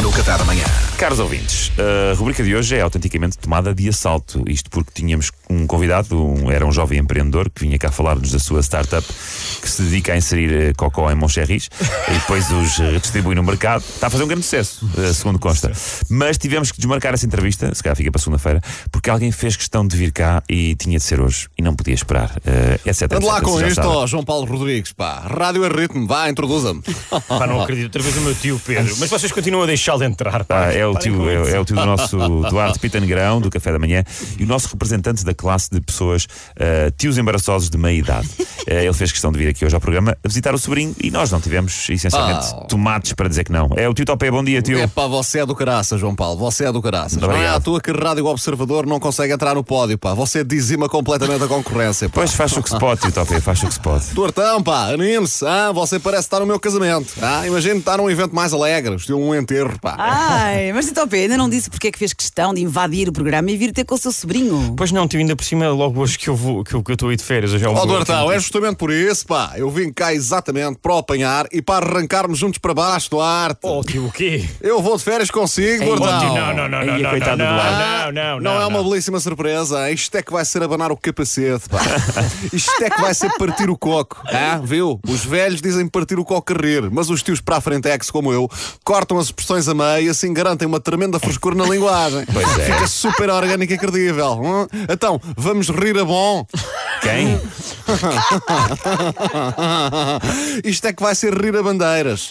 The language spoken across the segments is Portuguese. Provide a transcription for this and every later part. no Qatar amanhã. Caros ouvintes, a rubrica de hoje é autenticamente tomada de assalto. Isto porque tínhamos um convidado, um- era um jovem empreendedor que vinha cá falar-nos da sua startup que se dedica a inserir eh, cocó em Moncherris e depois os eh, redistribui no mercado. Está a fazer um grande sucesso, eh, segundo consta. Mas tivemos que desmarcar essa entrevista, se calhar fica para segunda-feira, porque alguém fez questão de vir cá e tinha de ser hoje e não podia esperar, eh, etc. Ande lá etc, com vocês já isto, sabem. ó, João Paulo Rodrigues, pá. Rádio é ritmo, vá, introduza-me. Pá, não acredito. Outra vez o meu tio Pedro. Mas vocês continuam a deixá-lo entrar. Pá. Pá, é, o tio, é, é o tio do nosso Duarte Pita Negrão, do Café da Manhã, e o nosso representante da classe de pessoas ah, tios embaraçosos de meia idade. Eh, ele fez questão de vir aqui hoje ao programa a visitar o sobrinho e nós não tivemos, essencialmente, Ah. tomates para dizer que não. É o tio Topé, bom dia, tio. É pá, você é do caraça, João Paulo. Você é do caraça. Não é obrigado. à toa que Rádio Observador não consegue entrar no pódio, pá. Você dizima completamente a concorrência, pá. Pois faz o que se pode, tio Topé, faz o que se pode. Tortão, pá, anime-se. Ah, você parece estar no meu casamento. Ah, imagino estar num evento mais alegre, estilo um enterro, pá. Ah. Ai, mas então, Pé, ainda não disse porque é que fez questão de invadir o programa e vir ter com o seu sobrinho. Pois não, tio, ainda por cima logo hoje que eu vou, que eu que eu estou aí de férias. Hoje é o Ó, meu Dortão, último é dia. justamente por isso, pá. Eu vim cá exatamente para o apanhar e para arrancarmos juntos para baixo do arte. Oh, tio, o quê? Eu vou de férias consigo, Oh, tio, Dortão. não, não, não, Aí não, a não, coitada do Ah, não, não, lado. não, Não é uma não. belíssima surpresa. hein? Isto é que vai ser abanar o capacete, pá. Isto é que vai ser partir o coco. hã? Viu? Os velhos dizem partir o coco a rir, mas os tios para a frente ex, como eu, cortam as expressões a meio e assim garantem uma tremenda frescura na linguagem. Pois é. Fica super orgânica e credível. hum? Então, vamos rir a bom. Quem? Isto é que vai ser rir a bandeiras.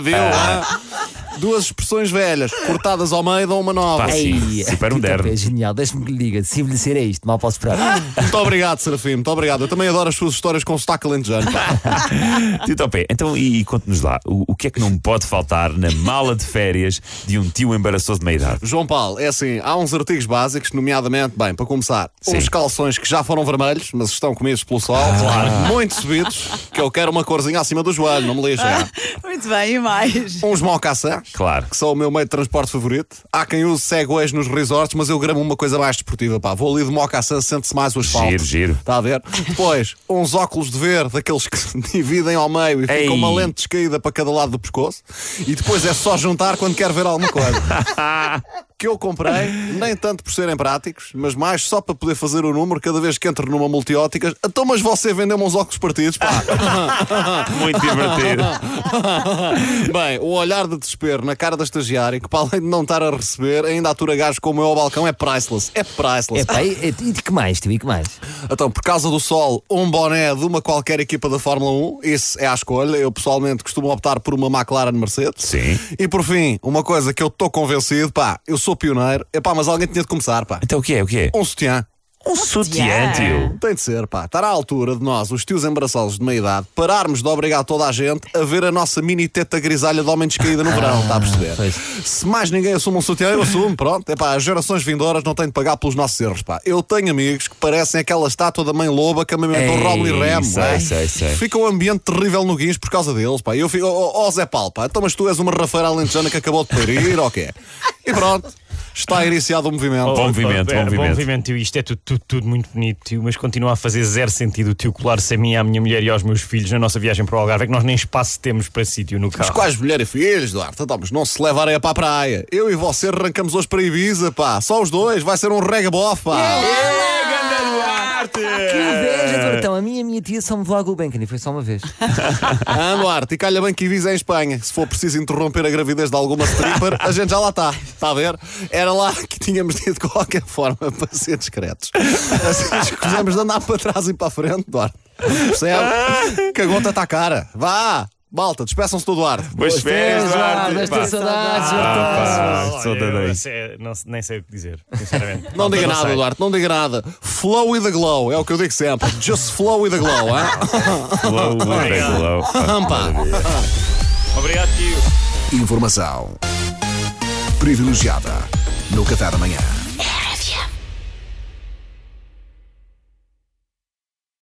Viu? Ah. hã? Duas expressões velhas, cortadas ao meio, dão uma nova. Pá, sim, Ei, super que moderno. café genial, deixa-me que lhe diga, se envelhecer é isto, mal posso esperar. Muito obrigado, Serafim. Muito obrigado. Eu também adoro as suas histórias com sotaque lentejano. pá. Tio Topé, então e, e conte-nos lá, o, o que é que não pode faltar na mala de férias de um tio embaraçoso de meia idade? João Paulo, é assim, há uns artigos básicos, nomeadamente, bem, para começar, Sim. uns calções que já foram vermelhos, mas estão comidos pelo sol, muito subidos, que eu quero uma corzinha acima do joelho, não me lixa. Ah. Muito bem, e mais? Uns mocassins, Claro. que são o meu meio de transporte favorito. Há quem use segways nos resorts, mas eu gramo uma coisa mais desportiva, pá. Vou ali de mocassin, sente-se mais o asfalto. Giro, giro. Está a ver? Depois, uns óculos de ver, daqueles que se dividem ao meio e Ei. ficam uma lente descaída para cada lado do pescoço. E depois é só juntar quando quer ver alguma coisa. que eu comprei, nem tanto por serem práticos, mas mais só para poder fazer o número cada vez que entro numa multióticas. Então, mas você vendeu-me uns óculos partidos, pá. Muito divertido. Bem, o olhar de desespero na cara da estagiária, que para além de não estar a receber, ainda atura gajos como eu ao balcão, é priceless. É priceless. Epá, e, e, e de que mais, tio? E que mais? Então, por causa do sol, um boné de uma qualquer equipa da Fórmula 1, isso é a escolha. Eu pessoalmente costumo optar por uma McLaren Mercedes. Sim. E por fim, uma coisa que eu estou convencido, pá, eu sou pioneiro, epá, mas alguém tinha de começar, pá. Então o que é, o que é? Um sutiã. Um sutiã, tio. Tem de ser, pá. Estar à altura de nós, os tios embaraçosos de meia idade, pararmos de obrigar toda a gente a ver a nossa mini teta grisalha de homem descaída no verão, está a Ah, perceber? pois. Se mais ninguém assume um sutiã, eu assumo, pronto. É pá, as gerações vindouras não têm de pagar pelos nossos erros, pá. Eu tenho amigos que parecem aquela estátua da mãe loba que amamentou Ei, Rómulo e Remo. sei, é? sei, sei. Fica um ambiente terrível no Guincho por causa deles, pá. E Eu fico, ó oh, Zé Paulo, pá, então mas tu és uma rafeira alentejana que acabou de parir, ou quê? E pronto, está iniciado o movimento. Oh, Bom movimento, Pedro, bom movimento. tio. Isto é tudo, tudo, tudo muito bonito, tio, mas continua a fazer zero sentido o tio colar-se a mim, à minha mulher e aos meus filhos na nossa viagem para o Algarve, é que nós nem espaço temos para sítio no Mas carro. quais mulher e filhos, Duarte? Então, mas não se leva areia para a praia. Eu e você arrancamos hoje para Ibiza, pá. Só os dois, vai ser um rega bof, pá. Que inveja, então A minha e a minha tia só me levou à Gulbenkian e foi só uma vez. Ah, Duarte, e calha bem que Ibiza é em Espanha. Se for preciso interromper a gravidez de alguma stripper, a gente já lá está. Está a ver? Era lá que tínhamos dito de qualquer forma para ser discretos. Assim escolhemos de andar para trás e para a frente, Duarte. Percebe? Cagota está tá cara. Vá! Malta, despeçam-se do Duarte. Boas férias, Duarte. Vais ter Pá. saudades, pá. Duarte. Ah, Olha, sou da eu lei. sei- não- Nem sei o que dizer, sinceramente. Não diga sei. nada, Duarte, não diga nada. Flow with the glow, é o que eu digo sempre. Just flow with the glow, hein? Hello, hello, hello. Obrigado, tio. Informação privilegiada no Qatar amanhã.